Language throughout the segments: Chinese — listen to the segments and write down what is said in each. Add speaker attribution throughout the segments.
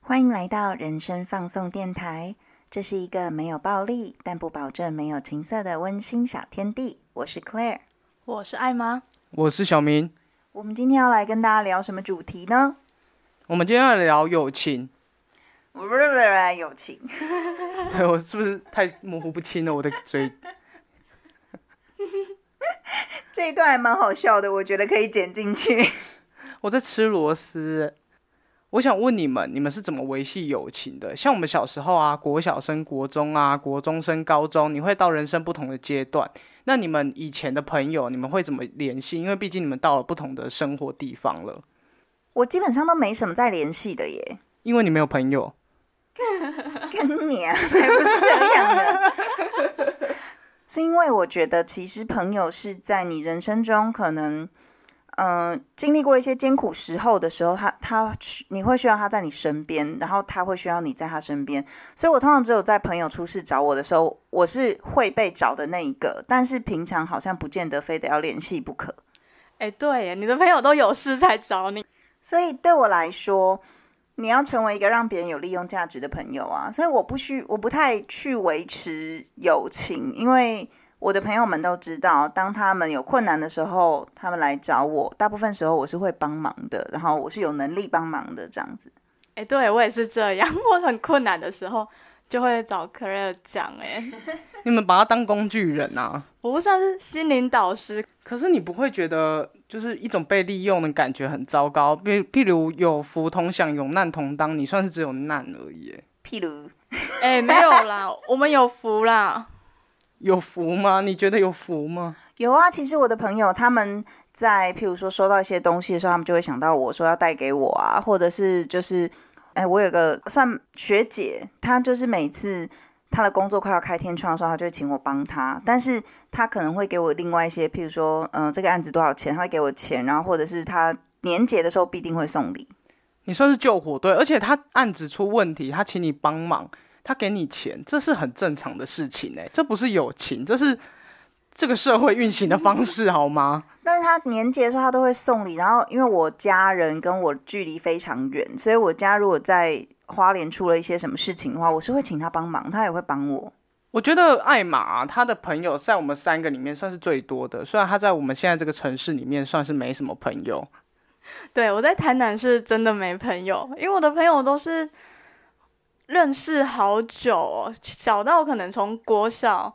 Speaker 1: 欢迎来到人生放送电台，这是一个没有暴力，但不保证没有情色的温馨小天地。我是 Claire，
Speaker 2: 我是爱妈，
Speaker 3: 我是小明。
Speaker 1: 我们今天要来跟大家聊什么主题呢？
Speaker 3: 我们今天要聊友情。
Speaker 1: 不不不，友情。
Speaker 3: 对我是不是太模糊不清了？我的嘴。
Speaker 1: 这一段还蛮好笑的，我觉得可以剪进去。
Speaker 3: 我在吃螺丝。我想问你们，你们是怎么维系友情的？像我们小时候啊，国小升国中啊，国中升高中，你会到人生不同的阶段。那你们以前的朋友，你们会怎么联系？因为毕竟你们到了不同的生活地方了。
Speaker 1: 我基本上都没什么在联系的耶，
Speaker 3: 因为你没有朋友。
Speaker 1: 跟你啊， 才不是这样的。是因为我觉得，其实朋友是在你人生中可能。嗯、呃，经历过一些艰苦时候的时候，他他你会需要他在你身边，然后他会需要你在他身边。所以我通常只有在朋友出事找我的时候，我是会被找的那一个，但是平常好像不见得非得要联系不可。
Speaker 2: 哎，对耶，你的朋友都有事才找你，
Speaker 1: 所以对我来说，你要成为一个让别人有利用价值的朋友啊。所以我不需我不太去维持友情，因为。我的朋友们都知道，当他们有困难的时候，他们来找我。大部分时候我是会帮忙的，然后我是有能力帮忙的这样子。
Speaker 2: 哎、欸，对我也是这样。 我很困难的时候就会找 Clare 讲、欸。哎，
Speaker 3: 你们把他当工具人啊？
Speaker 2: 我不算是心灵导师，
Speaker 3: 可是你不会觉得就是一种被利用的感觉很糟糕？譬譬如有福同享，有难同当，你算是只有难而已、欸。
Speaker 1: 譬如，
Speaker 2: 哎，没有 啦，我们有福啦。
Speaker 3: 有福吗？你觉得有福吗？
Speaker 1: 有啊，其实我的朋友他们在，譬如说收到一些东西的时候，他们就会想到我说要带给我啊，或者是就是，哎，我有个算学姐，她就是每次她的工作快要开天窗的时候，她就会请我帮她，但是她可能会给我另外一些，譬如说，嗯、呃，这个案子多少钱，她会给我钱，然后或者是她年节的时候必定会送礼。
Speaker 3: 你算是救火队，而且他案子出问题，他请你帮忙。他给你钱，这是很正常的事情哎、欸，这不是友情，这是这个社会运行的方式好吗？
Speaker 1: 但是他年节的时候，他都会送礼。然后因为我家人跟我距离非常远，所以我家如果在花莲出了一些什么事情的话，我是会请他帮忙，他也会帮我。
Speaker 3: 我觉得艾玛、啊、他的朋友在我们三个里面算是最多的，虽然他在我们现在这个城市里面算是没什么朋友。
Speaker 2: 对我在台南是真的没朋友，因为我的朋友都是。认识好久、哦，小到可能从国小，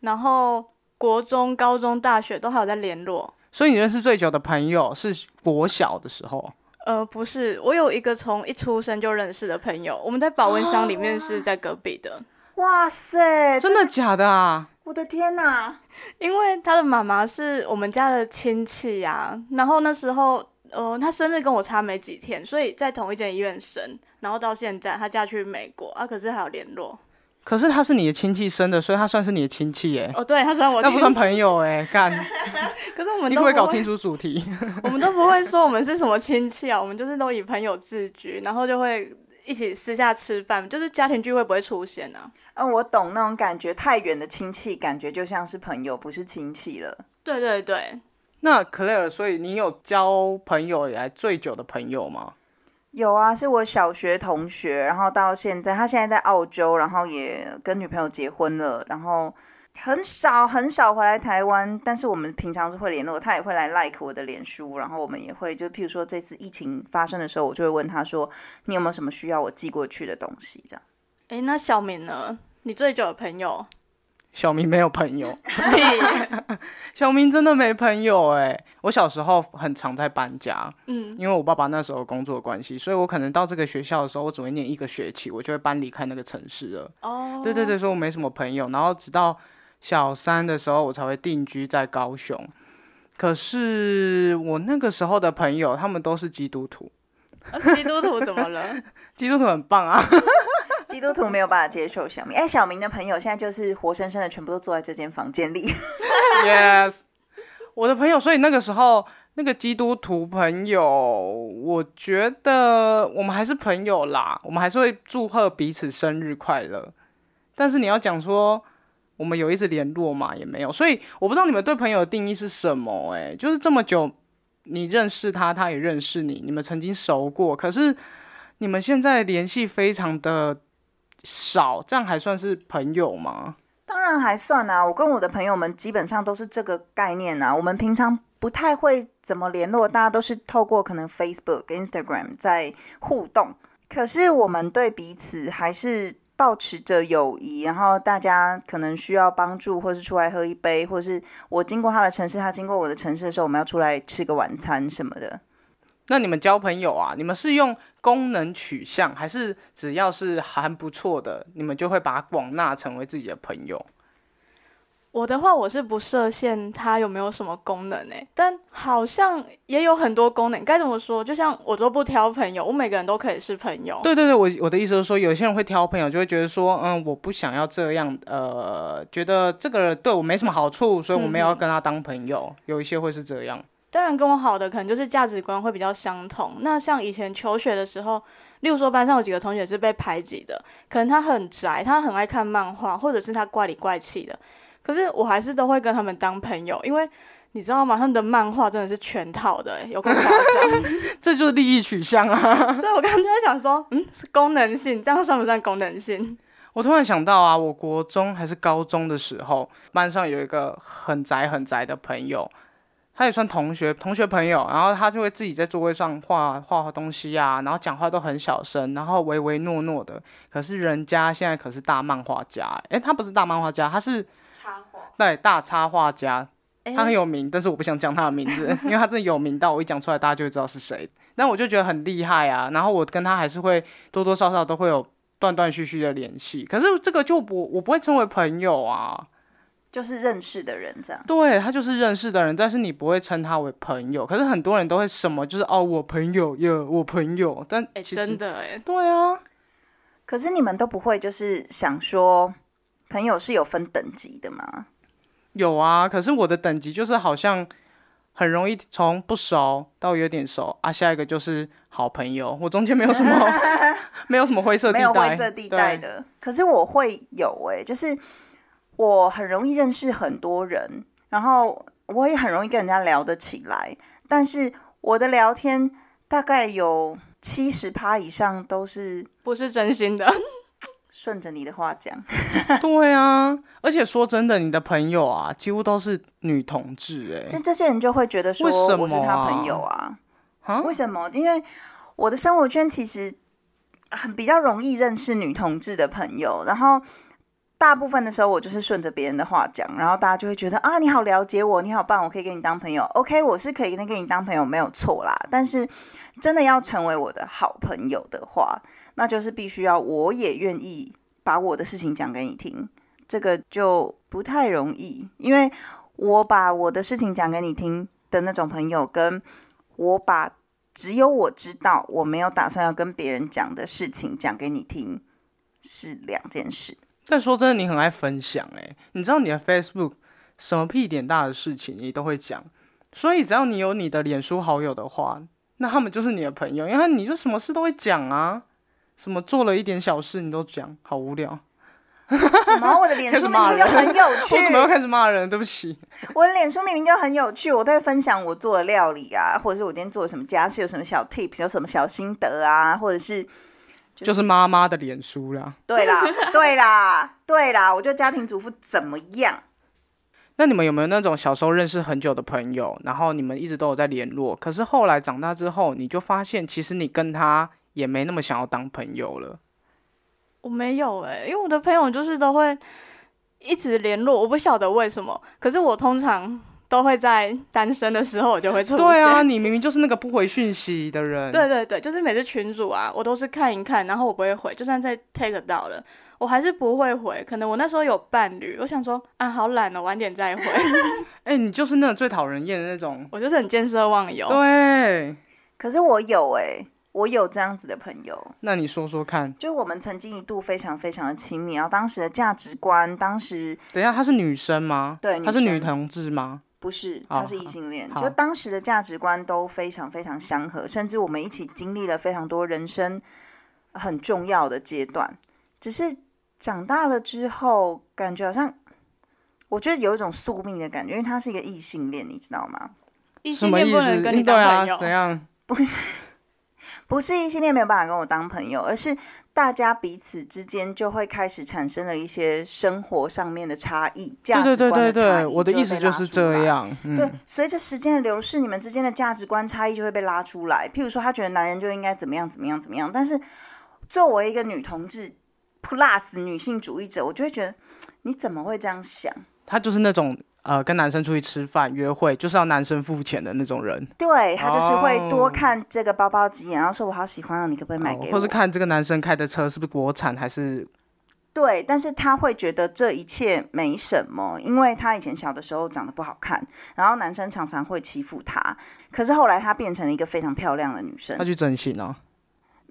Speaker 2: 然后国中、高中、大学都还有在联络。
Speaker 3: 所以你认识最久的朋友是国小的时候？
Speaker 2: 呃，不是，我有一个从一出生就认识的朋友，我们在保温箱里面是在隔壁的。
Speaker 1: 哇塞，
Speaker 3: 真的假的啊？
Speaker 1: 我的天哪、啊！
Speaker 2: 因为他的妈妈是我们家的亲戚呀、啊，然后那时候。呃，他生日跟我差没几天，所以在同一间医院生，然后到现在他嫁去美国啊，可是还有联络。
Speaker 3: 可是他是你的亲戚生的，所以他算是你的亲戚耶、欸。
Speaker 2: 哦，对，他算我
Speaker 3: 那不算朋友哎、欸，干。
Speaker 2: 可是我们
Speaker 3: 你
Speaker 2: 都
Speaker 3: 会搞清楚主题，
Speaker 2: 我们都不会说我们是什么亲戚啊，我们就是都以朋友自居，然后就会一起私下吃饭，就是家庭聚会不会出现啊。
Speaker 1: 嗯、呃，我懂那种感觉，太远的亲戚感觉就像是朋友，不是亲戚了。
Speaker 2: 对对对。
Speaker 3: 那 Clare，所以你有交朋友以来最久的朋友吗？
Speaker 1: 有啊，是我小学同学，然后到现在，他现在在澳洲，然后也跟女朋友结婚了，然后很少很少回来台湾，但是我们平常是会联络，他也会来 like 我的脸书，然后我们也会就譬如说这次疫情发生的时候，我就会问他说，你有没有什么需要我寄过去的东西？这样。
Speaker 2: 哎，那小明呢？你最久的朋 友？
Speaker 3: 小明没有朋友，小明真的没朋友哎、欸。我小时候很常在搬家，嗯，因为我爸爸那时候工作关系，所以我可能到这个学校的时候，我只会念一个学期，我就会搬离开那个城市了。哦，对对对，所以我没什么朋友。然后直到小三的时候，我才会定居在高雄。可是我那个时候的朋友，他们都是基督徒。
Speaker 2: 啊、基督徒怎么了？
Speaker 3: 基督徒很棒啊。
Speaker 1: 基督徒没有办法接受小明，哎、欸，小明的朋友现在就是活生生 的全部都坐在这间房间里。
Speaker 3: yes，我的朋友，所以那个时候那个基督徒朋友，我觉得我们还是朋友啦，我们还是会祝贺彼此生日快乐。但是你要讲说我们有一直联络嘛，也没有，所以我不知道你们对朋友的定义是什么、欸。哎，就是这么久，你认识他，他也认识你，你们曾经熟过，可是你们现在联系非常的少，这样还算是朋友吗？
Speaker 1: 当然还算啊，我跟我的朋友们基本上都是这个概念啊。我们平常不太会怎么联络，大家都是透过可能 Facebook、Instagram 在互动。可是我们对彼此还是保持着友谊，然后大家可能需要帮助，或是出来喝一杯，或是我经过他的城市，他经过我的城市的时候，我们要出来吃个晚餐什么的。
Speaker 3: 那你们交朋友啊，你们是用功能取向，还是只要是还不错的，你们就会把它广纳成为自己的朋友？
Speaker 2: 我的话，我是不设限它有没有什么功能诶、但好像也有很多功能。该怎么说？就像我都不挑朋友，我每个人都可以是朋友。
Speaker 3: 对对对，我我的意思是说，有些人会挑朋友，就会觉得说，嗯，我不想要这样，呃，觉得这个对我没什么好处，所以我没有要跟他当朋友。有一些会是这样，
Speaker 2: 当然跟我好的可能就是价值观会比较相同。那像以前求学的时候，例如说班上有几个同学是被排挤的，可能他很宅，他很爱看漫画，或者是他怪里怪气的，可是我还是都会跟他们当朋友，因为你知道吗？他们的漫画真的是全套的、欸，有够夸张。
Speaker 3: 这就是利益取向啊。
Speaker 2: 所以我刚刚就在想说，嗯，是功能性，这样算不算功能性？
Speaker 3: 我突然想到啊，我国中还是高中的时候，班上有一个很宅很宅的朋友，他也算同学同学朋友，然后他就会自己在座位上画画画东西啊，然后讲话都很小声，然后唯唯诺诺的。可是人家现在可是大漫画家、欸诶，他不是大漫画家，他是
Speaker 1: 插话。
Speaker 3: 对大插画家，
Speaker 2: 哎
Speaker 3: 他很有名，但是我不想讲他的名字， 因为他真的有名到我一讲出来大家就会知道是谁。但我就觉得很厉害啊，然后我跟他还是会多多少少都会有断断续续的联系，可是这个就不我不会称为朋友啊。
Speaker 1: 就是认识的人这样。
Speaker 3: 对他就是认识的人，但是你不会称他为朋友。可是很多人都会什么就是哦我朋友耶我朋友，但
Speaker 2: 哎、
Speaker 3: 欸其实、
Speaker 2: 真的哎、
Speaker 3: 对啊，
Speaker 1: 可是你们都不会就是想说，朋友是有分等级的吗？
Speaker 3: 有啊，可是我的等级就是好像很容易从不熟到有点熟啊，下一个就是好朋友，我中间没有什么 没有什么灰色地
Speaker 1: 没
Speaker 3: 带，
Speaker 1: 有灰色地带
Speaker 3: 对。
Speaker 1: 的。可是我会有诶、就是我很容易认识很多人，然后我也很容易跟人家聊得起来，但是我的聊天大概有七十趴以上都是
Speaker 2: 不是真心的。
Speaker 1: 顺着你的话讲，
Speaker 3: 对啊，而且说真的，你的朋友啊，几乎都是女同志哎、
Speaker 1: 这这些人就会觉得说
Speaker 3: 为什么
Speaker 1: 我是他朋友啊？
Speaker 3: 啊
Speaker 1: 为什么？因为我的生活圈其实很比较容易认识女同志的朋友，然后大部分的时候我就是顺着别人的话讲，然后大家就会觉得啊，你好了解我，你好棒，我可以跟你当朋友。OK，我是可以跟你当朋友没有错啦，但是真的要成为我的好朋友的话，那就是必须要我也愿意把我的事情讲给你听，这个就不太容易，因为我把我的事情讲给你听的那种朋友，跟我把只有我知道，我没有打算要跟别人讲的事情讲给你听，是两件事。
Speaker 3: 但说真的，你很爱分享哎、你知道你的 Facebook 什么屁点大的事情你都会讲，所以只要你有你的脸书好友的话，那他们就是你的朋友，因为你就什么事都会讲啊，什么做了一点小事你都讲，好无聊。
Speaker 1: 什么？我的脸书
Speaker 3: 开始
Speaker 1: 明
Speaker 3: 骂
Speaker 1: 明
Speaker 3: 人
Speaker 1: 就很有趣
Speaker 3: 我怎么又，开始骂人？对不起，
Speaker 1: 我的脸书明明就很有趣，我都会分享我做的料理啊，或者是我今天做了什么家事，有什么小 tips，有什么小心得啊，或者是
Speaker 3: 就是妈妈的脸书啦。
Speaker 1: 对啦，对啦，对啦，我觉得家庭主妇怎么样？
Speaker 3: 那你们有没有那种小时候认识很久的朋友，然后你们一直都有在联络，可是后来长大之后，你就发现其实你跟他也没那么想要当朋友了？
Speaker 2: 我没有哎、因为我的朋友就是都会一直联络，我不晓得为什么。可是我通常都会在单身的时候，我就会出现。
Speaker 3: 对啊，，你明明就是那个不回讯息的人。
Speaker 2: 对对对，就是每次群主啊，我都是看一看，然后我不会回，就算再 take 到了，我还是不会回。可能我那时候有伴侣，我想说啊，好懒哦，晚点再回。
Speaker 3: 哎、你就是那种最讨人厌的那种。
Speaker 2: 我就是很见色忘
Speaker 1: 哦
Speaker 2: 友。
Speaker 3: 对，啊
Speaker 1: 可是我有哎、我有这样子的朋友，
Speaker 3: 那你说说看。
Speaker 1: 就我们曾经一度非常非常的亲密，然后当时的价值观，当时
Speaker 3: 等一下，她是女生吗？
Speaker 1: 对女
Speaker 3: 她是
Speaker 1: 生
Speaker 3: 女同志吗？
Speaker 1: 不是，
Speaker 3: 哦
Speaker 1: 他是异性恋，
Speaker 3: 好
Speaker 1: 就当时的价值观都非常非常相合，甚至我们一起经历了非常多人生很重要的阶段。只是长大了之后，感觉好像，我觉得有一种宿命的感觉，因为他是一个异性恋，你知道吗？
Speaker 2: 异
Speaker 3: 什
Speaker 2: 性
Speaker 3: 么
Speaker 2: 恋
Speaker 3: 意
Speaker 2: 不
Speaker 3: 思？
Speaker 2: 能跟你
Speaker 3: 对
Speaker 2: 当朋
Speaker 3: 啊，怎
Speaker 2: 友，
Speaker 3: 样？
Speaker 1: 不是异性恋没有办法跟我当朋友，而是大家彼此之间就会开始产生了一些生活上面的差异、价
Speaker 3: 对
Speaker 1: 值
Speaker 3: 对
Speaker 1: 观
Speaker 3: 对对
Speaker 1: 的差
Speaker 3: 对，
Speaker 1: 异。
Speaker 3: 我的意思就是这。样。
Speaker 1: 对
Speaker 3: 嗯，，
Speaker 1: 随着时间的流逝，你们之间的价值观差异就会被拉出来。譬如说，他觉得男人就应该怎么样怎么样怎么样，但是作为一个女同志 plus 女性主义者，我就会觉得你怎么会这样想？
Speaker 3: 他就是那种呃，跟男生出去吃饭、约会，就是要男生付钱的那种人，
Speaker 1: 对他就是会多
Speaker 3: 哦
Speaker 1: 看这个包包几眼，然后说我好喜欢哦，你可不可以买
Speaker 3: 哦
Speaker 1: 给我？
Speaker 3: 或是看这个男生开的车是不是国产还是
Speaker 1: 对，但是他会觉得这一切没什么，因为他以前小的时候长得不好看，然后男生常常会欺负她。可是后来她变成了一个非常漂亮的女生
Speaker 3: 他，去整形哦。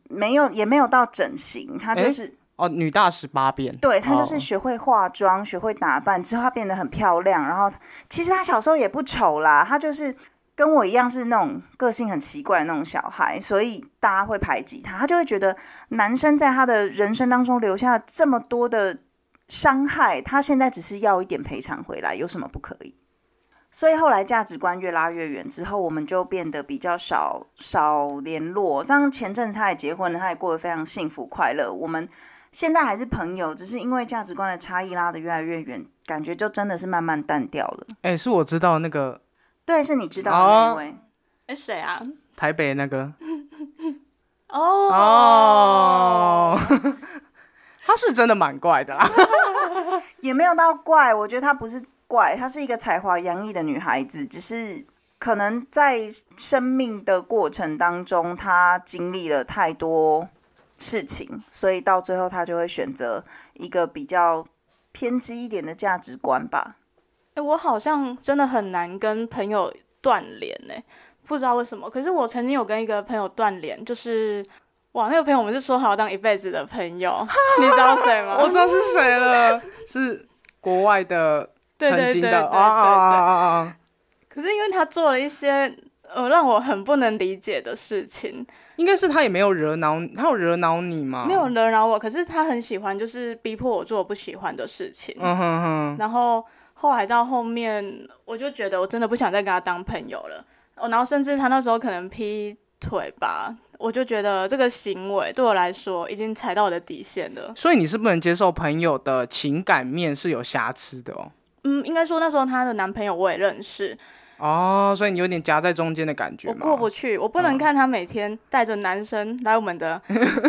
Speaker 1: 没有也没有到整形，她就
Speaker 3: 诶
Speaker 1: 是
Speaker 3: 哦，女大十八变。
Speaker 1: 对她就
Speaker 3: 哦
Speaker 1: 是学会化妆、学会打扮之后，她变得很漂亮。然后其实她小时候也不丑啦，她就是跟我一样是那种个性很奇怪的那种小孩，所以大家会排挤她。她就会觉得男生在她的人生当中留下这么多的伤害，她现在只是要一点赔偿回来，有什么不可以？所以后来价值观越拉越远之后，我们就变得比较少少联络。这样前阵子她也结婚了，她也过得非常幸福快乐。我们现在还是朋友，只是因为价值观的差异拉得越来越远，感觉就真的是慢慢淡掉了。
Speaker 3: 哎、是我知道那个
Speaker 1: 对，是你知道的那一
Speaker 3: 哦
Speaker 1: 位，
Speaker 2: 哎谁啊？
Speaker 3: 台北那个
Speaker 2: 哦
Speaker 3: 哦， 他是真的蛮怪的啦。啊
Speaker 1: 也没有到怪，我觉得她不是怪，她是一个才华洋溢的女孩子，只是可能在生命的过程当中，她经历了太多事情，所以到最后她就会选择一个比较偏激一点的价值观吧。
Speaker 2: 哎、我好像真的很难跟朋友断联呢、不知道为什么。可是我曾经有跟一个朋友断联，就是哇，那个朋友我们是说好要当一辈子的朋友， 你知道谁吗？
Speaker 3: 我知道是谁 了，是国外的
Speaker 2: 对对
Speaker 3: 曾
Speaker 2: 对
Speaker 3: 经
Speaker 2: 对
Speaker 3: 的
Speaker 2: 对
Speaker 3: 啊啊啊
Speaker 2: 对。
Speaker 3: 啊啊！啊
Speaker 2: 可是因为他做了一些呃让我很不能理解的事情，
Speaker 3: 应该是他也没有惹恼，他有惹恼你吗？
Speaker 2: 没有。惹恼我，可是他很喜欢，就是逼迫我做我不喜欢的事情。
Speaker 3: 嗯哼哼，
Speaker 2: 然后后来到后面，我就觉得我真的不想再跟他当朋友了。哦，然后甚至他那时候可能劈腿吧，我就觉得这个行为对我来说已经踩到我的底线了。
Speaker 3: 所以你是不能接受朋友的情感面是有瑕疵的哦。
Speaker 2: 嗯，应该说那时候她的男朋友我也认识，
Speaker 3: 哦，所以你有点夹在中间的感觉
Speaker 2: 我
Speaker 3: 吗？
Speaker 2: 过不去，我不能
Speaker 3: 嗯
Speaker 2: 看她每天带着男生来我们的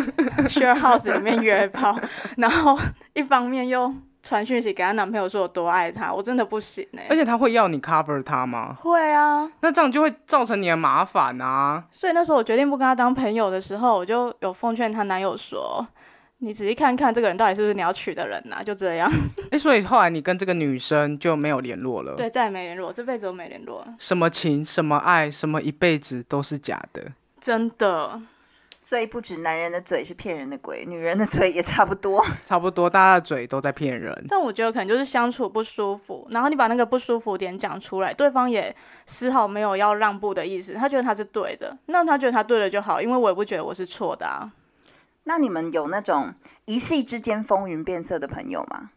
Speaker 2: share house 里面约炮，然后一方面又传讯息给她男朋友说我多爱他，我真的不行哎、
Speaker 3: 而且他会要你 cover 他吗？
Speaker 2: 会啊，
Speaker 3: 那这样就会造成你的麻烦啊。
Speaker 2: 所以那时候我决定不跟她当朋友的时候，我就有奉劝她男友说：“你仔细看看这个人到底是不是你要娶的人呐、就这样，
Speaker 3: 哎、所以后来你跟这个女生就没有联络了。
Speaker 2: 对，再也没联络，这辈子都没联络，
Speaker 3: 什么情、什么爱、什么一辈子都是假的。
Speaker 2: 真的。
Speaker 1: 所以不止男人的嘴是骗人的鬼，女人的嘴也差不多。
Speaker 3: 差不多，大家的嘴都在骗人。
Speaker 2: 但我觉得可能就是相处不舒服，然后你把那个不舒服点讲出来，对方也丝毫没有要让步的意思，他觉得他是对的，那他觉得他对了就好，因为我也不觉得我是错的啊。
Speaker 1: 那你们有那种一夕之间风云变色的朋友吗？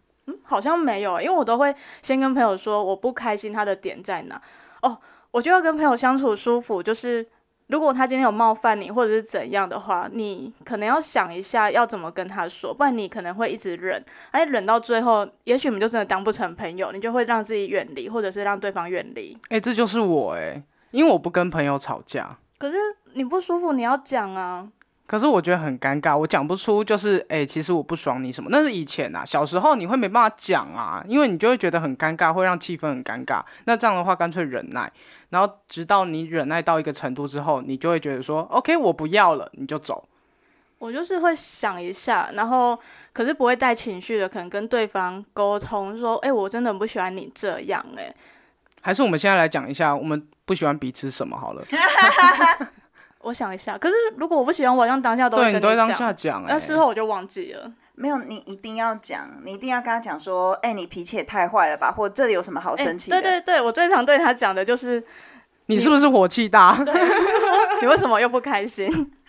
Speaker 2: 好像没有，欸因为我都会先跟朋友说我不开心，他的点在哪。哦，我就要跟朋友相处舒服，就是如果他今天有冒犯你或者是怎样的话，你可能要想一下要怎么跟他说，不然你可能会一直忍，而且忍到最后，也许你们就真的当不成朋友，你就会让自己远离，或者是让对方远离。
Speaker 3: 哎、这就是我哎、因为我不跟朋友吵架，
Speaker 2: 可是你不舒服，你要讲啊。
Speaker 3: 可是我觉得很尴尬，我讲不出就是哎、其实我不爽你什么。那是以前啊，小时候你会没办法讲啊，因为你就会觉得很尴尬，会让气氛很尴尬。那这样的话，干脆忍耐，然后直到你忍耐到一个程度之后，你就会觉得说 OK，我不要了，你就走。
Speaker 2: 我就是会想一下，然后可是不会带情绪的，可能跟对方沟通说，哎、我真的很不喜欢你这样、哎诶。
Speaker 3: 还是我们现在来讲一下，我们不喜欢彼此什么好了。
Speaker 2: 我想一下，可是如果我不喜欢，我好像当下都
Speaker 3: 对，
Speaker 2: 会
Speaker 3: 你
Speaker 2: 跟
Speaker 3: 都会
Speaker 2: 讲，
Speaker 3: 当下讲、哎
Speaker 2: 那事后我就忘记了。
Speaker 1: 没有，你一定要讲，你一定要跟他讲说，哎、你脾气也太坏了吧，或这有什么好哦
Speaker 2: 哎
Speaker 1: 生气的？
Speaker 2: 对对对，我最常对他讲的就是
Speaker 3: 你是不是火气大？
Speaker 2: 你为什么又不开心？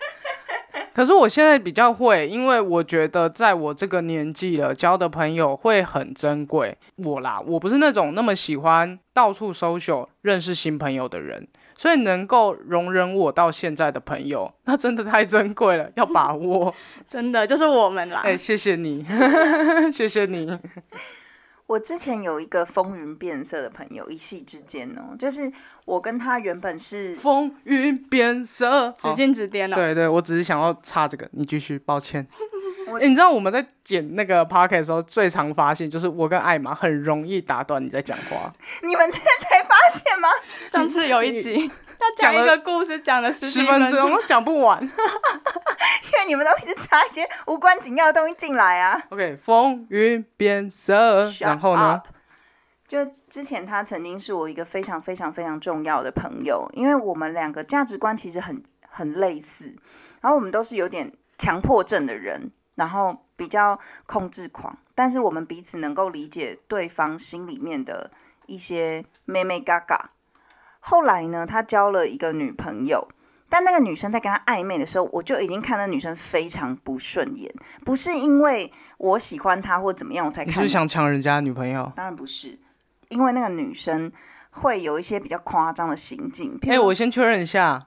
Speaker 3: 可是我现在比较会，因为我觉得在我这个年纪了，交的朋友会很珍贵。我啦，我不是那种那么喜欢到处 social 认识新朋友的人，所以能够容忍我到现在的朋友，那真的太珍贵了，要把握。
Speaker 2: 真的就是我们啦。
Speaker 3: 哎、谢谢你，谢谢你。
Speaker 1: 我之前有一个风云变色的朋友，一夕之间哦，就是我跟他原本是
Speaker 3: 风云变色，
Speaker 2: 指
Speaker 3: 好
Speaker 2: 尖哦指点了，
Speaker 3: 哦对对，我只是想要插这个，你继续，抱歉。
Speaker 1: 我
Speaker 3: 欸你知道我们在剪那个 p o c k e t 的时候，最常发现就是我跟艾玛很容易打断你在讲话，
Speaker 1: 你们这才发现吗？
Speaker 2: 上次有 一集他
Speaker 3: 讲
Speaker 2: 讲一
Speaker 3: 了
Speaker 2: 个故事，讲了十
Speaker 3: 十
Speaker 2: 几
Speaker 3: 分
Speaker 2: 钟
Speaker 3: 钟，都讲不完。
Speaker 1: 因 为你们都一直插一些无关紧要的东西进来啊。
Speaker 3: OK，风云变色，
Speaker 1: Shut
Speaker 3: 然后呢
Speaker 1: up？就之前他曾经是我一个非常非常非常重要的朋友，因为我们两个价值观其实很很类似，然后我们都是有点强迫症的人，然后比较控制狂，但是我们彼此能够理解对方心里面的一些妹妹嘎嘎。后来呢，他交了一个女朋友，但那个女生在跟他暧昧的时候，我就已经看那女生非常不顺眼，不是因为我喜欢她或怎么样我才
Speaker 3: 你
Speaker 1: 看
Speaker 3: 是不是想抢人家的女朋友？
Speaker 1: 当然不是，因为那个女生会有一些比较夸张的行径。譬
Speaker 3: 哎、
Speaker 1: 如
Speaker 3: 我先确认一下，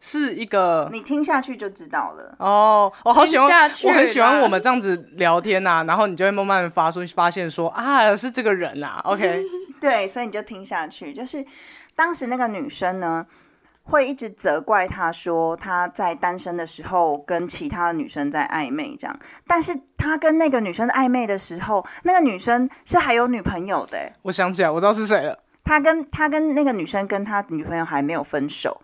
Speaker 3: 是一个
Speaker 1: 你听下去就知道了。
Speaker 3: 哦，我好喜
Speaker 2: 听下
Speaker 3: 欢，
Speaker 2: 去
Speaker 3: 我很喜欢
Speaker 2: 啦
Speaker 3: 我们这样子聊天呐、然后你就会慢慢发出发现说啊，是这个人啦、OK，
Speaker 1: 对，所以你就听下去。就是当时那个女生呢，会一直责怪他说他在单身的时候跟其他的女生在暧昧这样，但是他跟那个女生暧昧的时候，那个女生是还有女朋友的、欸
Speaker 3: 我想起来，我知道是谁了。
Speaker 1: 他跟他跟那个女生跟他女朋友还没有分手，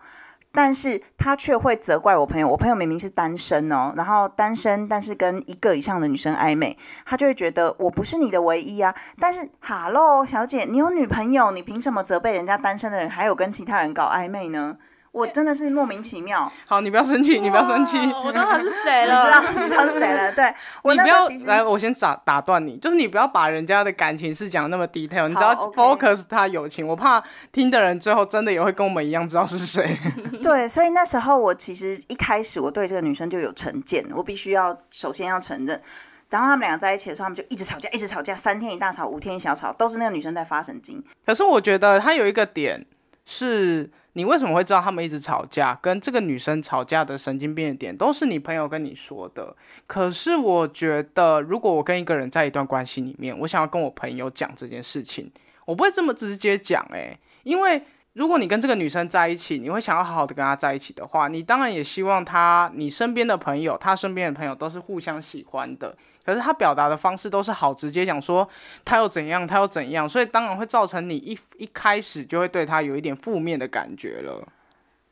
Speaker 1: 但是他却会责怪我朋友，我朋友明明是单身哦，然后单身但是跟一个以上的女生暧昧，他就会觉得我不是你的唯一啊。但是哈喽，小姐，你有女朋友，你凭什么责备人家单身的人还有跟其他人搞暧昧呢？我真的是莫名其妙，
Speaker 3: 好，你不要生气，你不要生气，
Speaker 2: 哇哦我知道他是 谁
Speaker 1: 你知
Speaker 2: 了
Speaker 1: 道。你知道是谁了？对我
Speaker 3: 你
Speaker 1: 那
Speaker 3: 不
Speaker 1: 时
Speaker 3: 要
Speaker 1: 候其实
Speaker 3: 来，我先打打断你，就是你不要把人家的感情事讲那么 detail，你只
Speaker 1: 好
Speaker 3: 要
Speaker 1: ，OK
Speaker 3: focus 他友情，我怕听的人最后真的也会跟我们一样知道是谁。
Speaker 1: 对，所以那时候我其实一开始我对这个女生就有成见，我必须要首先要承认。然后他们俩在一起的时候，他们就一直吵架，一直吵架，三天一大吵，五天一小吵，都是那个女生在发神经。
Speaker 3: 可是我觉得他有一个点是，你为什么会知道他们一直吵架，跟这个女生吵架的神经病的点，都是你朋友跟你说的。可是我觉得，如果我跟一个人在一段关系里面，我想要跟我朋友讲这件事情，我不会这么直接讲诶、因为。如果你跟这个女生在一起，你会想要好好的跟她在一起的话，你当然也希望她，你身边的朋友，她身边的朋友都是互相喜欢的。可是她表达的方式都是好直接讲说，他又怎样，他又怎样，所以当然会造成你一一开始就会对他有一点负面的感觉了。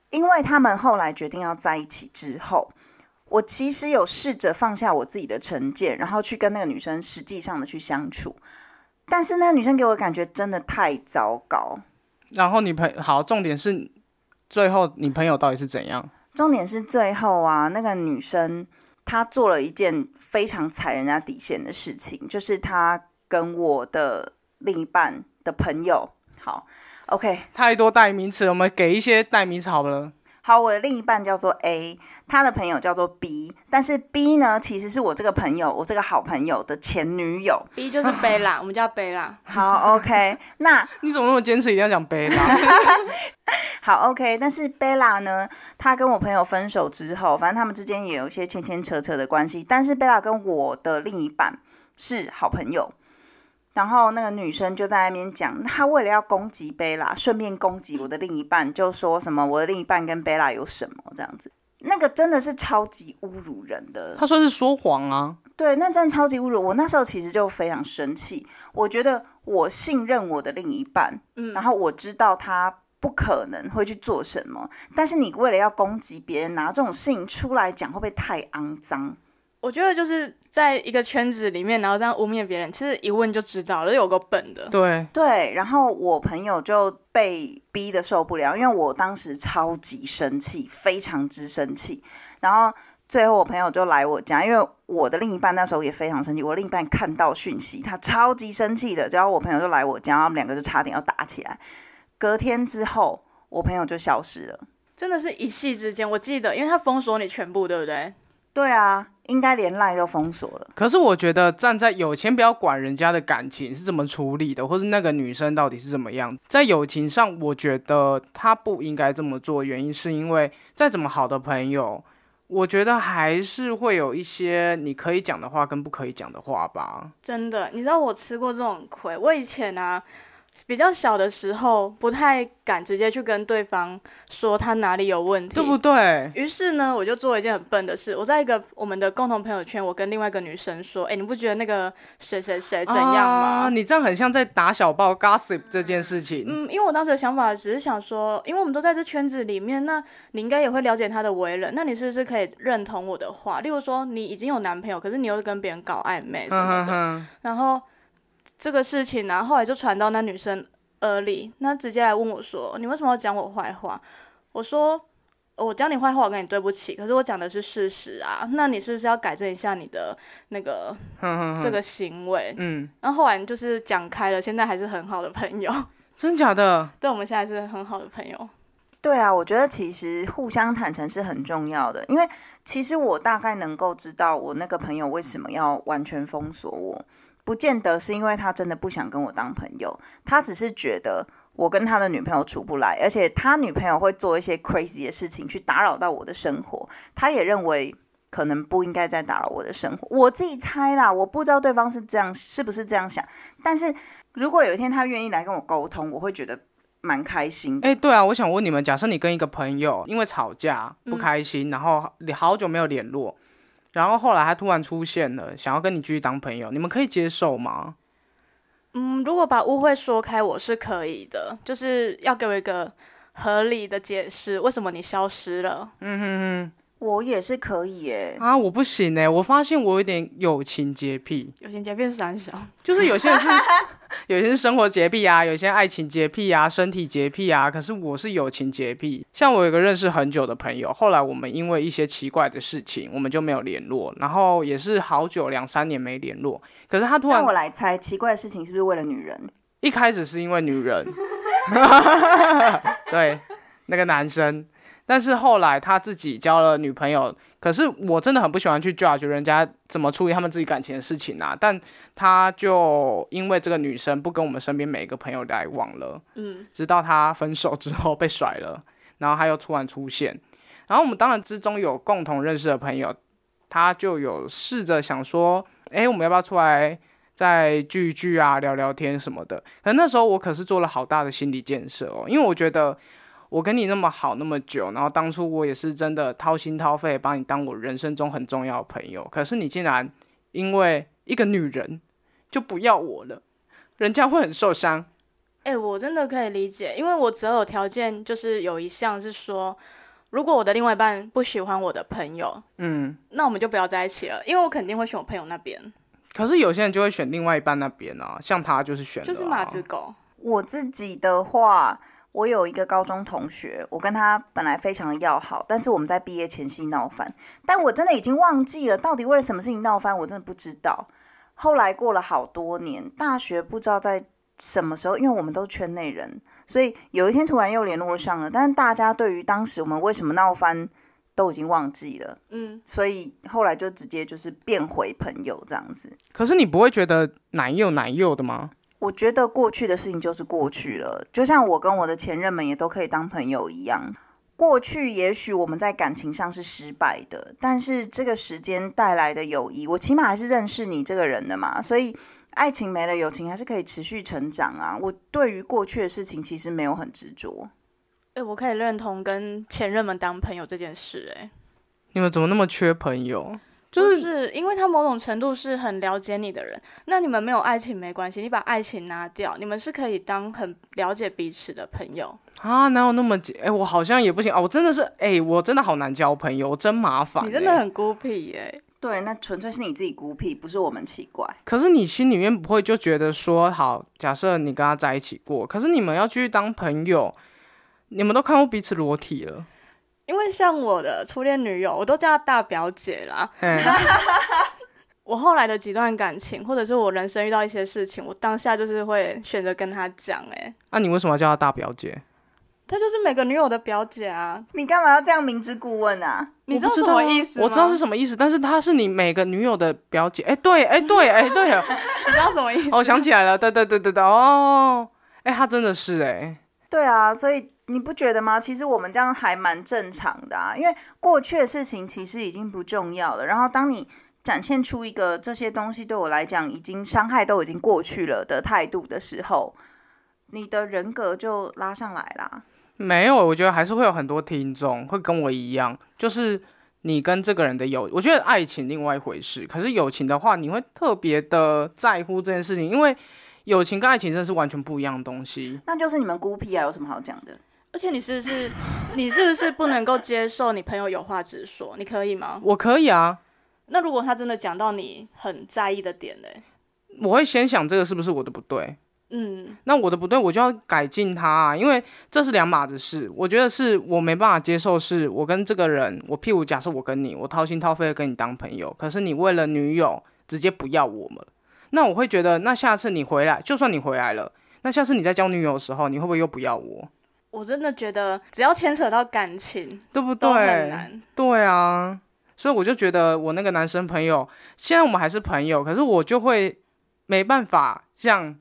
Speaker 1: 因为他们后来决定要在一起之后，我其实有试着放下我自己的成见，然后去跟那个女生实际上的去相处。但是那个女生给我的感觉真的太糟糕。
Speaker 3: 然后你朋好，重点是最后你朋友到底是怎样？
Speaker 1: 重点是最后啊，那个女生她做了一件非常踩人家底线的事情，就是她跟我的另一半的朋友，好，OK，
Speaker 3: 太多代名词，我们给一些代名词好了。
Speaker 1: 好，我的另一半叫做 A，他的朋友叫做 B，但是 B 呢，其实是我这个朋友，我这个好朋友的前女友。
Speaker 2: B 就是贝拉，我们叫贝拉。
Speaker 1: 好，OK，那
Speaker 3: 你怎么那么坚持一定要讲啊贝拉？
Speaker 1: 好 OK，但是贝拉呢，她跟我朋友分手之后，反正他们之间也有一些牵牵扯扯的关系。但是贝拉跟我的另一半是好朋友，然后那个女生就在那边讲，她为了要攻击贝拉，顺便攻击我的另一半，就说什么我的另一半跟贝拉有什么这样子。那个真的是超级侮辱人的，
Speaker 3: 他说是说谎啊，
Speaker 1: 对，那真的超级侮辱。我那时候其实就非常生气，我觉得我信任我的另一半，
Speaker 2: 嗯
Speaker 1: 然后我知道他不可能会去做什么，但是你为了要攻击别人，拿这种事情出来讲，会不会太肮脏？
Speaker 2: 我觉得就是在一个圈子里面，然后这样污蔑别人，其实一问就知道了，有个本的。
Speaker 3: 对，
Speaker 1: 对，然后我朋友就被逼得受不了，因为我当时超级生气，非常之生气，然后最后我朋友就来我家，因为我的另一半那时候也非常生气，我另一半看到讯息，他超级生气的，然后我朋友就来我家，他们两个就差点要打起来。隔天之后，我朋友就消失了。
Speaker 2: 真的是一夕之间。我记得，因为他封锁你全部，对不对？
Speaker 1: 对啊，应该连赖都封锁了。
Speaker 3: 可是我觉得站在有钱不要管人家的感情是怎么处理的，或是那个女生到底是怎么样，在友情上，我觉得他不应该这么做。原因是因为再怎么好的朋友，我觉得还是会有一些你可以讲的话跟不可以讲的话吧。
Speaker 2: 真的，你知道我吃过这种亏。我以前啊，比较小的时候，不太敢直接去跟对方说他哪里有问题，
Speaker 3: 对不对？
Speaker 2: 于是呢，我就做了一件很笨的事。我在一个我们的共同朋友圈，我跟另外一个女生说：“哎、你不觉得那个谁谁谁怎样吗
Speaker 3: 啊？”你这样很像在打小报 gossip 这件事情。
Speaker 2: 嗯，因为我当时的想法只是想说，因为我们都在这圈子里面，那你应该也会了解他的为人，那你是不是可以认同我的话？例如说，你已经有男朋友，可是你又跟别人搞暧昧什
Speaker 3: 嗯
Speaker 2: 么
Speaker 3: 哼
Speaker 2: 的，
Speaker 3: 哼，
Speaker 2: 然后这个事情呢、后来就传到那女生耳里，那直接来问我说：“你为什么要讲我坏话？”我说：“我讲你坏话，我跟你对不起，可是我讲的是事实啊。那你是不是要改正一下你的那个
Speaker 3: 哼哼哼
Speaker 2: 这个行为？”
Speaker 3: 嗯，
Speaker 2: 然后后来就是讲开了，现在还是很好的朋友。
Speaker 3: 真假的？
Speaker 2: 对，我们现在是很好的朋友。
Speaker 1: 对啊，我觉得其实互相坦诚是很重要的，因为其实我大概能够知道我那个朋友为什么要完全封锁我，不见得是因为他真的不想跟我当朋友，他只是觉得我跟他的女朋友处不来，而且他女朋友会做一些 crazy 的事情去打扰到我的生活，他也认为。可能不应该再打扰我的生活，我自己猜啦，我不知道对方是这样，是不是这样想。但是如果有一天他愿意来跟我沟通，我会觉得蛮开心的。
Speaker 3: 哎、对啊，我想问你们，假设你跟一个朋友因为吵架不开心，然后你好久没有联络，然后后来他突然出现了，想要跟你继续当朋友，你们可以接受吗？
Speaker 2: 嗯，如果把误会说开，我是可以的，就是要给我一个合理的解释，为什么你消失了？
Speaker 1: 我也是可以耶、
Speaker 3: 啊，我不行哎、我发现我有点友情洁癖，
Speaker 2: 有些结变三小，
Speaker 3: 就是有些人是有些是生活洁癖啊，有些爱情洁癖啊，身体洁癖啊，可是我是友情洁癖。像我有一个认识很久的朋友，后来我们因为一些奇怪的事情，我们就没有联络，然后也是好久两三年没联络，可是他突然
Speaker 1: 让我来猜，奇怪的事情是不是为了女人？
Speaker 3: 一开始是因为女人，对，那个男生，但是后来他自己交了女朋友。可是我真的很不喜欢去 judge 人家怎么处理他们自己感情的事情啊。但他就因为这个女生不跟我们身边每一个朋友来往了，
Speaker 2: 嗯，
Speaker 3: 直到他分手之后被甩了，然后他又突然出现。然后我们当然之中有共同认识的朋友，他就有试着想说，诶，我们要不要出来再聚一聚啊，聊聊天什么的？可那时候我可是做了好大的心理建设哦，因为我觉得我跟你那么好那么久，然后当初我也是真的掏心掏肺把你当我人生中很重要的朋友，可是你竟然因为一个女人就不要我了，人家会很受伤。
Speaker 2: 哎、我真的可以理解，因为我择偶条件就是有一项是说，如果我的另外一半不喜欢我的朋友，
Speaker 3: 嗯，
Speaker 2: 那我们就不要在一起了，因为我肯定会选我朋友那边，
Speaker 3: 可是有些人就会选另外一半那边啊，像他就是选、啊
Speaker 2: 就是马子。狗。
Speaker 1: 我自己的话，我有一个高中同学，我跟他本来非常的要好，但是我们在毕业前夕闹翻，但我真的已经忘记了到底为了什么事情闹翻，我真的不知道。后来过了好多年，大学不知道在什么时候，因为我们都是圈内人，所以有一天突然又联络上了，但是大家对于当时我们为什么闹翻都已经忘记了，
Speaker 2: 嗯，
Speaker 1: 所以后来就直接就是变回朋友这样子。
Speaker 3: 可是你不会觉得难又难又的吗？
Speaker 1: 我觉得过去的事情就是过去了，就像我跟我的前任们也都可以当朋友一样。过去也许我们在感情上是失败的，但是这个时间带来的友谊，我起码还是认识你这个人的嘛，所以爱情没了，友情还是可以持续成长啊。我对于过去的事情其实没有很执着，
Speaker 2: 哎、我可以认同跟前任们当朋友这件事、哎。
Speaker 3: 你们怎么那么缺朋友？
Speaker 2: 就
Speaker 3: 就是
Speaker 2: 是因为他某种程度是很了解你的人，那你们没有爱情没关系，你把爱情拿掉，你们是可以当很了解彼此的朋友。
Speaker 3: 啊，哪有那么哎、我好像也不行啊，我真的是哎、我真的好难交朋友，我真麻烦、欸
Speaker 2: 你真的。很孤僻耶、
Speaker 1: 对，那纯粹是你自己孤僻，不是我们奇怪。
Speaker 3: 可是你心里面不会就觉得说，好，假设你跟他在一起过，可是你们要继续当朋友，你们都看过彼此裸体了，
Speaker 2: 因为像我的初恋女友，我都叫她大表姐啦。
Speaker 3: 嗯，
Speaker 2: 我后来的几段感情，或者是我人生遇到一些事情，我当下就是会选择跟她讲、欸。哎，
Speaker 3: 那、啊你为什么要叫她大表姐？
Speaker 2: 她就是每个女友的表姐啊，
Speaker 1: 你干嘛要这样明知故问啊？
Speaker 2: 你知
Speaker 3: 我
Speaker 2: 道
Speaker 3: 不知
Speaker 2: 什
Speaker 3: 道
Speaker 2: 么
Speaker 3: 啊
Speaker 2: 意思吗？
Speaker 3: 我知道是什么意思，但是她是你每个女友的表姐。哎、对，哎、对，哎、对了，
Speaker 2: 你知道什么意思？
Speaker 3: 哦，我想起来了，对对对对对，哦，哎、她真的是哎、
Speaker 1: 对啊，所以你不觉得吗？其实我们这样还蛮正常的啊，因为过去的事情其实已经不重要了。然后当你展现出一个这些东西对我来讲已经伤害都已经过去了的态度的时候，你的人格就拉上来啦。
Speaker 3: 没有，我觉得还是会有很多听众会跟我一样，就是你跟这个人的友，我觉得爱情另外一回事，可是友情的话，你会特别的在乎这件事情，因为友情跟爱情真的是完全不一样的东西。
Speaker 1: 那就是你们孤僻啊，有什么好讲的？
Speaker 2: 而且你是不是，你是不是不能够接受你朋友有话直说？你可以吗？
Speaker 3: 我可以啊，
Speaker 2: 那如果他真的讲到你很在意的点嘞，
Speaker 3: 我会先想这个是不是我的不对，
Speaker 2: 嗯，
Speaker 3: 那我的不对我就要改进它、啊，因为这是两码子事。我觉得是我没办法接受，是我跟这个人，我譬如假设我跟你，我掏心掏肺的跟你当朋友，可是你为了女友直接不要我们了，那我会觉得，那下次你回来，就算你回来了，那下次你在交女友的时候，你会不会又不要我？
Speaker 2: 我真的觉得只要牵扯到感情
Speaker 3: 对不
Speaker 2: 都很
Speaker 3: 对？
Speaker 2: 难。
Speaker 3: 对啊，所以我就觉得我那个男生朋友，现在我们还是朋友，可是我就会没办法像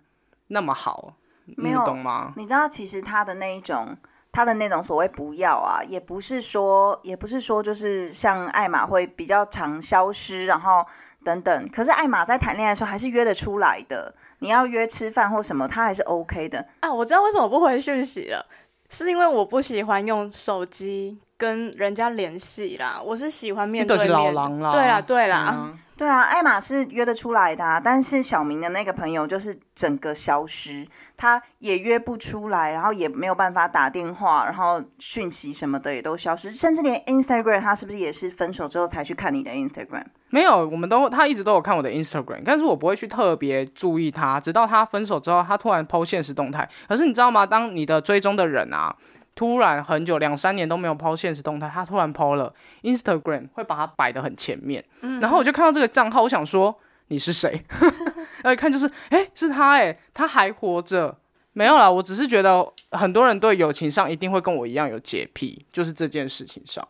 Speaker 3: 那么好，
Speaker 1: 没
Speaker 3: 你
Speaker 1: 有
Speaker 3: 懂吗？
Speaker 1: 你知道，其实他的那一种，他的那种所谓不要啊，也不是说，也不是说就是像艾玛会比较常消失，然后等等。可是艾玛在谈恋爱的时候还是约得出来的，你要约吃饭或什么，他还是 OK 的。
Speaker 2: 啊，我知道为什么不回讯息了，是因为我不喜欢用手机跟人家联系啦，我是喜欢面
Speaker 3: 你就
Speaker 2: 对
Speaker 3: 是
Speaker 2: 面的。
Speaker 3: 老狼啦
Speaker 2: 对啦，嗯对
Speaker 3: 对
Speaker 2: 啦，
Speaker 3: 啊
Speaker 1: 对啊，艾玛是约得出来的、啊，但是小明的那个朋友就是整个消失，他也约不出来，然后也没有办法打电话，然后讯息什么的也都消失，甚至连 Instagram 他是不是也是分手之后才去看你的 Instagram？
Speaker 3: 没有，我们都他一直都有看我的 Instagram，但是我不会去特别注意他，直到他分手之后，他突然 PO 现实动态。可是你知道吗？当你的追踪的人啊，突然很久两三年都没有 PO 现实动态，他突然 PO 了 Instagram，会 把它摆得很前面。然后我就看到这个账号，我想说你是谁？ 然后一看就是，哎，是他哎、他还活着。没有啦，我只是觉得很多人对友情上一定会跟我一样有洁癖，就是这件事情上。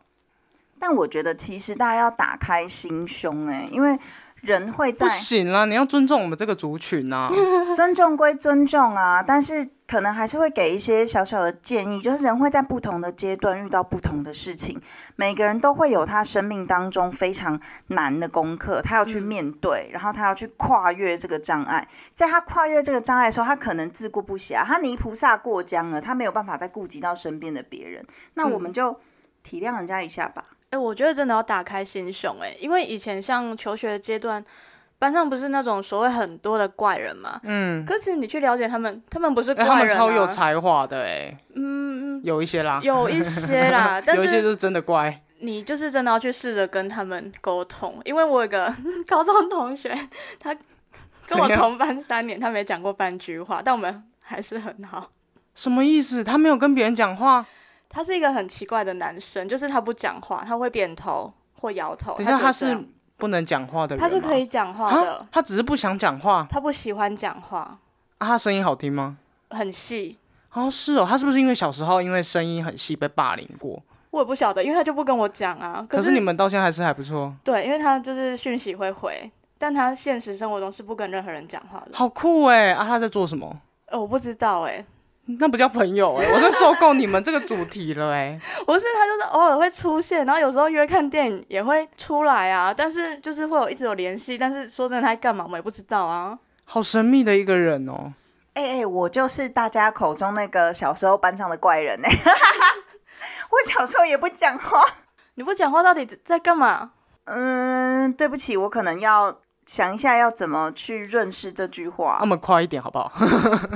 Speaker 1: 但我觉得其实大家要打开心胸、欸，因为人会在
Speaker 3: 不行啦，你要尊重我们这个族群啊。
Speaker 1: 尊重归尊重啊，但是可能还是会给一些小小的建议，就是人会在不同的阶段遇到不同的事情，每个人都会有他生命当中非常难的功课，他要去面对，然后他要去跨越这个障碍。在他跨越这个障碍的时候，他可能自顾不暇，他泥菩萨过江了，他没有办法再顾及到身边的别人，那我们就体谅人家一下吧。
Speaker 2: 哎、我觉得真的要打开心胸哎、因为以前像求学阶段，班上不是那种所谓很多的怪人嘛，嗯，可是你去了解他们，他们不是
Speaker 3: 哎、
Speaker 2: 怪
Speaker 3: 他们
Speaker 2: 人、啊
Speaker 3: 超有才华的哎、
Speaker 2: 嗯，
Speaker 3: 有一些啦，
Speaker 2: 有一些 啦，但
Speaker 3: 有一些
Speaker 2: 是
Speaker 3: 就是真的乖。
Speaker 2: 你就是真的要去试着跟他们沟通，因为我有个 高中同学，他跟我
Speaker 3: 怎样
Speaker 2: 同班三年，他没讲过半句话，但我们还是很好。
Speaker 3: 什么意思？他没有跟别人讲话。
Speaker 2: 他是一个很奇怪的男生，就是他不讲话，他会点头或摇头。
Speaker 3: 等一下，
Speaker 2: 哦就
Speaker 3: 他
Speaker 2: 这
Speaker 3: 是
Speaker 2: 样
Speaker 3: 不能讲话的人
Speaker 2: 他
Speaker 3: 吗，
Speaker 2: 是可以讲话的
Speaker 3: 啊，，他只是不想讲话。
Speaker 2: 他不喜欢讲话，
Speaker 3: 啊，他声音好听吗？
Speaker 2: 很细。
Speaker 3: 哦，是哦，他是不是因为小时候因为声音很细被霸凌过？
Speaker 2: 我也不晓得，因为他就不跟我讲啊。
Speaker 3: 可
Speaker 2: 是
Speaker 3: 是你们到现在还是还不错，
Speaker 2: 对，因为他就是讯息会回，但他现实生活中是不跟任何人讲话的。
Speaker 3: 好酷哎！啊，他在做什么？
Speaker 2: 呃，我不知道哎、
Speaker 3: 那不叫朋友 哎，我真受够你们这个主题了哎。
Speaker 2: 不是，他就是偶尔会出现，然后有时候约看电影也会出来啊，但是就是会有一直有联系，但是说真的他在干嘛我们也不知道啊。
Speaker 3: 好神秘的一个人哦，
Speaker 1: 哎、哎、我就是大家口中那个小时候班上的怪人哎、 我小时候也不讲话。
Speaker 2: 你不讲话到底在干嘛？
Speaker 1: 嗯，对不起，我可能要想一下要怎么去认识这句话
Speaker 3: 那。么快一点好不 好？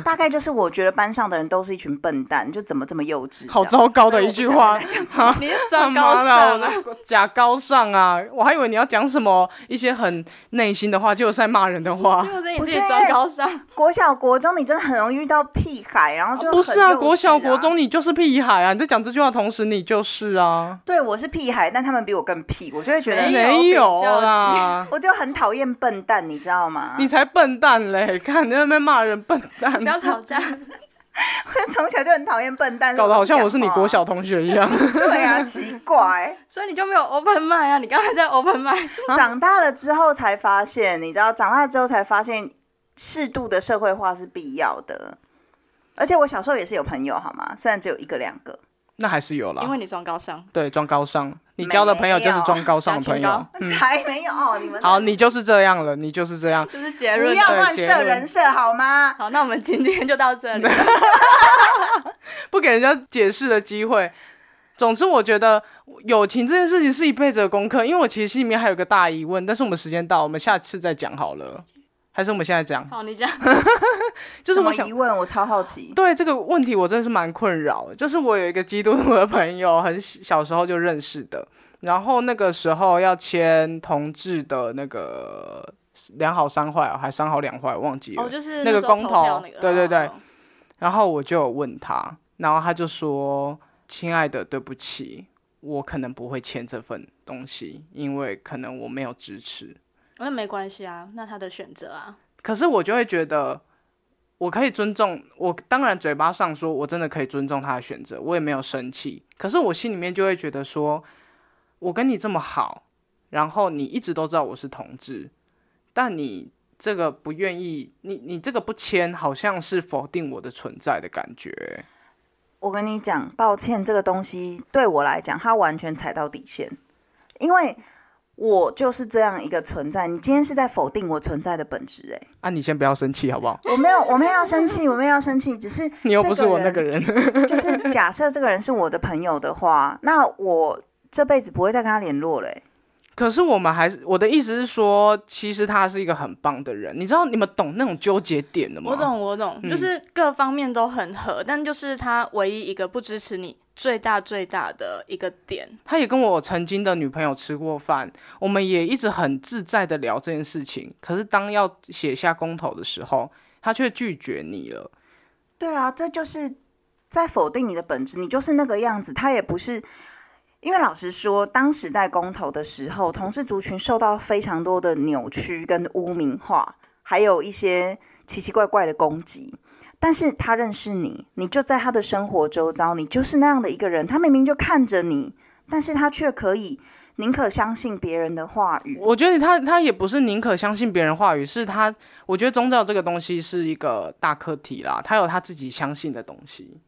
Speaker 1: 大概就是我觉得班上的人都是一群笨蛋，就怎么这么幼稚这样？
Speaker 3: 好糟糕的一句话，
Speaker 2: 你是
Speaker 3: 啊干
Speaker 2: 长
Speaker 3: 嘛
Speaker 2: 高
Speaker 3: 啦？我
Speaker 2: 上啊？
Speaker 3: 的假高尚啊！我还以为你要讲什么一些很内心的话，结果是在骂人的话。
Speaker 2: 就是你
Speaker 1: 不
Speaker 2: 自
Speaker 1: 是
Speaker 2: 己装高尚，
Speaker 1: 国小国中你真的很容易遇到屁孩，然后就、
Speaker 3: 不是
Speaker 1: 啊，
Speaker 3: 啊，国小国。中你就是屁孩啊！你在讲这句话的同时，你就是啊，
Speaker 1: 对，我是屁孩，但他们比我更屁，我就会觉得，
Speaker 2: 没有
Speaker 3: 没有
Speaker 2: 比较
Speaker 3: 啦，
Speaker 1: 我就很讨厌笨蛋，你知道吗？
Speaker 3: 你才笨蛋嘞！看你在那边骂人笨蛋
Speaker 2: 不，要吵架。
Speaker 1: 从小就很讨厌笨蛋，
Speaker 3: 搞得好像我是你国
Speaker 1: 所以
Speaker 3: 小同学一样。
Speaker 1: 我不讲话。对啊，奇怪，
Speaker 2: 所以你就没有 open mind 啊？你刚才在 open mind，
Speaker 1: 长大了之后才发现，你知道，长大之后才发现，适度的社会化是必要的。而且我小时候也是有朋友，好吗？虽然只有一个两个，
Speaker 3: 那还是有
Speaker 2: 因
Speaker 3: 啦，
Speaker 2: 为你装高尚。
Speaker 3: 对，装高尚。你交的朋友就是装高尚的朋
Speaker 2: 没有
Speaker 3: 友。嗯，
Speaker 1: 才没有哦。你们
Speaker 3: 好，你就是这样了，你就是这样。
Speaker 2: 这是结
Speaker 1: 不
Speaker 2: 论。
Speaker 1: 要乱设人设好吗？
Speaker 2: 好，那我们今天就到这里。
Speaker 3: 不给人家解释的机会。总之，我觉得友情这件事情是一辈子的功课，因为我其实心里面还有个大疑问，但是我们时间到，我们下次再讲好了，还是我们现在讲？
Speaker 2: 好，你讲。
Speaker 3: 就是我
Speaker 1: 什
Speaker 3: 想
Speaker 1: 么疑问，我超好奇。
Speaker 3: 对这个问题，我真的是蛮困扰的。就是我有一个基督徒的朋友，很小时候就认识的，然后那个时候要签同志的那个两好三坏、哦，还三好两坏，忘记了。
Speaker 2: 哦，就是
Speaker 3: 那个
Speaker 2: 时候
Speaker 3: 公
Speaker 2: 投
Speaker 3: 投
Speaker 2: 票那个。
Speaker 3: 对对对
Speaker 2: 哦
Speaker 3: 然后我就有问他，然后他就说：“亲爱的，对不起，我可能不会签这份东西，因为可能我没有支持。
Speaker 2: 那没关系啊，那他的选择啊。”
Speaker 3: 可是我就会觉得，我可以尊重，我当然嘴巴上说我真的可以尊重他的选择，我也没有生气。可是我心里面就会觉得说，我跟你这么好，然后你一直都知道我是同志，但你这个不愿意，你你这个不签，好像是否定我的存在的感觉、
Speaker 1: 我跟你讲，抱歉，这个东西对我来讲，它完全踩到底线，因为我就是这样一个存在。你今天是在否定我存在的本质、欸，
Speaker 3: 啊，你先不要生气好不好？
Speaker 1: 我没有，我没有要生气，我没有要生气，只是
Speaker 3: 你又不是我
Speaker 1: 这
Speaker 3: 那
Speaker 1: 个
Speaker 3: 个人，
Speaker 1: 就是假设这个人是我的朋友的话，那我这辈子不会再跟他联络了、欸
Speaker 3: 可是我们还是我的意思是说，其实他是一个很棒的人。你知道你们懂那种纠结点的吗？嗯
Speaker 2: 我。懂，我懂，就是各方面都很合，但就是他唯一一个不支持你最大最大的一个点，
Speaker 3: 他也跟我曾经的女朋友吃过饭，我们也一直很自在的聊这件事情。可是当要写下公投的时候，他却拒绝你了。
Speaker 1: 对啊，这就是在否定你的本质，你就是那个样子。他也不是，因为老实说，当时在公投的时候，同志族群受到非常多的扭曲跟污名化，还有一些奇奇怪怪的攻击。但是他认识你，你就在他的生活周遭，你就是那样的一个人。他明明就看着你，但是他却可以宁可相信别人的话语。
Speaker 3: 我觉得他他也不是宁可相信别人话语，是他我觉得宗教这个东西是一个大课题啦，他有他自己相信的东西，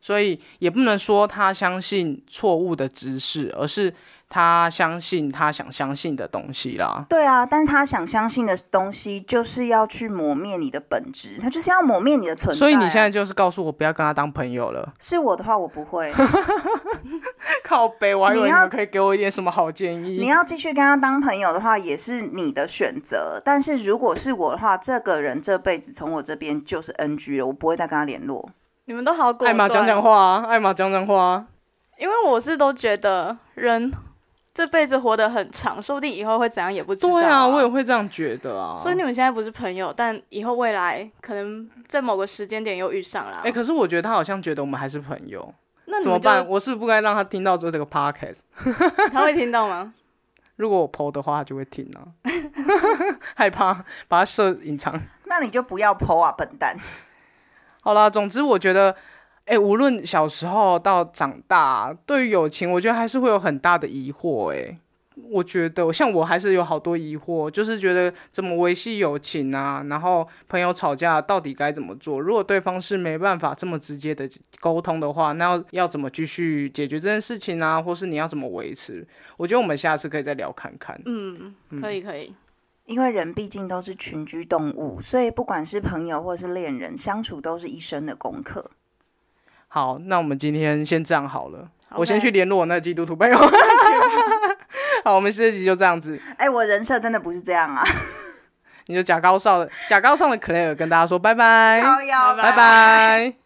Speaker 3: 所以也不能说他相信错误的知识，而是他相信他想相信的东西啦。
Speaker 1: 对啊，但是他想相信的东西，就是要去磨灭你的本质，他就是要磨灭你的存在啊、
Speaker 3: 所以你现在就是告诉我不要跟他当朋友了，
Speaker 1: 是我的话，我不会。
Speaker 3: 靠北，我还以为
Speaker 1: 你
Speaker 3: 你
Speaker 1: 要
Speaker 3: 们可以给我一点什么好建
Speaker 1: 你
Speaker 3: 议。
Speaker 1: 要继续跟他当朋友的话，也是你的选择。但是如果是我的话，这个人这辈子从我这边就是 NG 了，我不会再跟他联络。
Speaker 2: 你们都好果
Speaker 3: 艾
Speaker 2: 断。
Speaker 3: 玛讲讲话、啊，艾玛讲讲话、啊。
Speaker 2: 因为我是都觉得人这辈子活得很长，说不定以后会怎样也不知道、
Speaker 3: 对啊，
Speaker 2: 啊，
Speaker 3: 我也。会这样觉得啊。
Speaker 2: 所以你们现在不是朋友，但以后未来可能在某个时间点又遇上了。
Speaker 3: 哎、可是我觉得他好像觉得我们还是朋友，
Speaker 2: 那你
Speaker 3: 怎么
Speaker 2: 们
Speaker 3: 办？
Speaker 2: 就
Speaker 3: 我是不是不该让他听到这个 podcast。
Speaker 2: 他会听到吗？
Speaker 3: 如果我剖的话，他就会听啊， 害怕把它设隐藏。
Speaker 1: 那你就不要剖啊，笨蛋！
Speaker 3: 好啦，总之我觉得，哎、无论小时候到长大，对于友情，我觉得还是会有很大的疑惑、哎，我觉得像我还是有好多疑惑，就是觉得怎么维系友情啊，然后朋友吵架到底该怎么做？如果对方是没办法这么直接的沟通的话，那要要怎么继续解决这件事情啊？或是你要怎么维持？我觉得我们下次可以再聊看看。
Speaker 2: 嗯，可以可以。
Speaker 1: 因为人毕竟都是群居动物，所以不管是朋友或是恋人，相处都是一生的功课。
Speaker 3: 好，那我们今天先这样好了。
Speaker 2: OK
Speaker 3: 我先去联络我那基督徒朋友。 好，我们这集就这样子。
Speaker 1: 哎，我人设真的不是这样啊。
Speaker 3: 你就假高尚的假高尚的 Claire 哎跟大家说拜拜，
Speaker 1: 高腰
Speaker 3: 拜拜。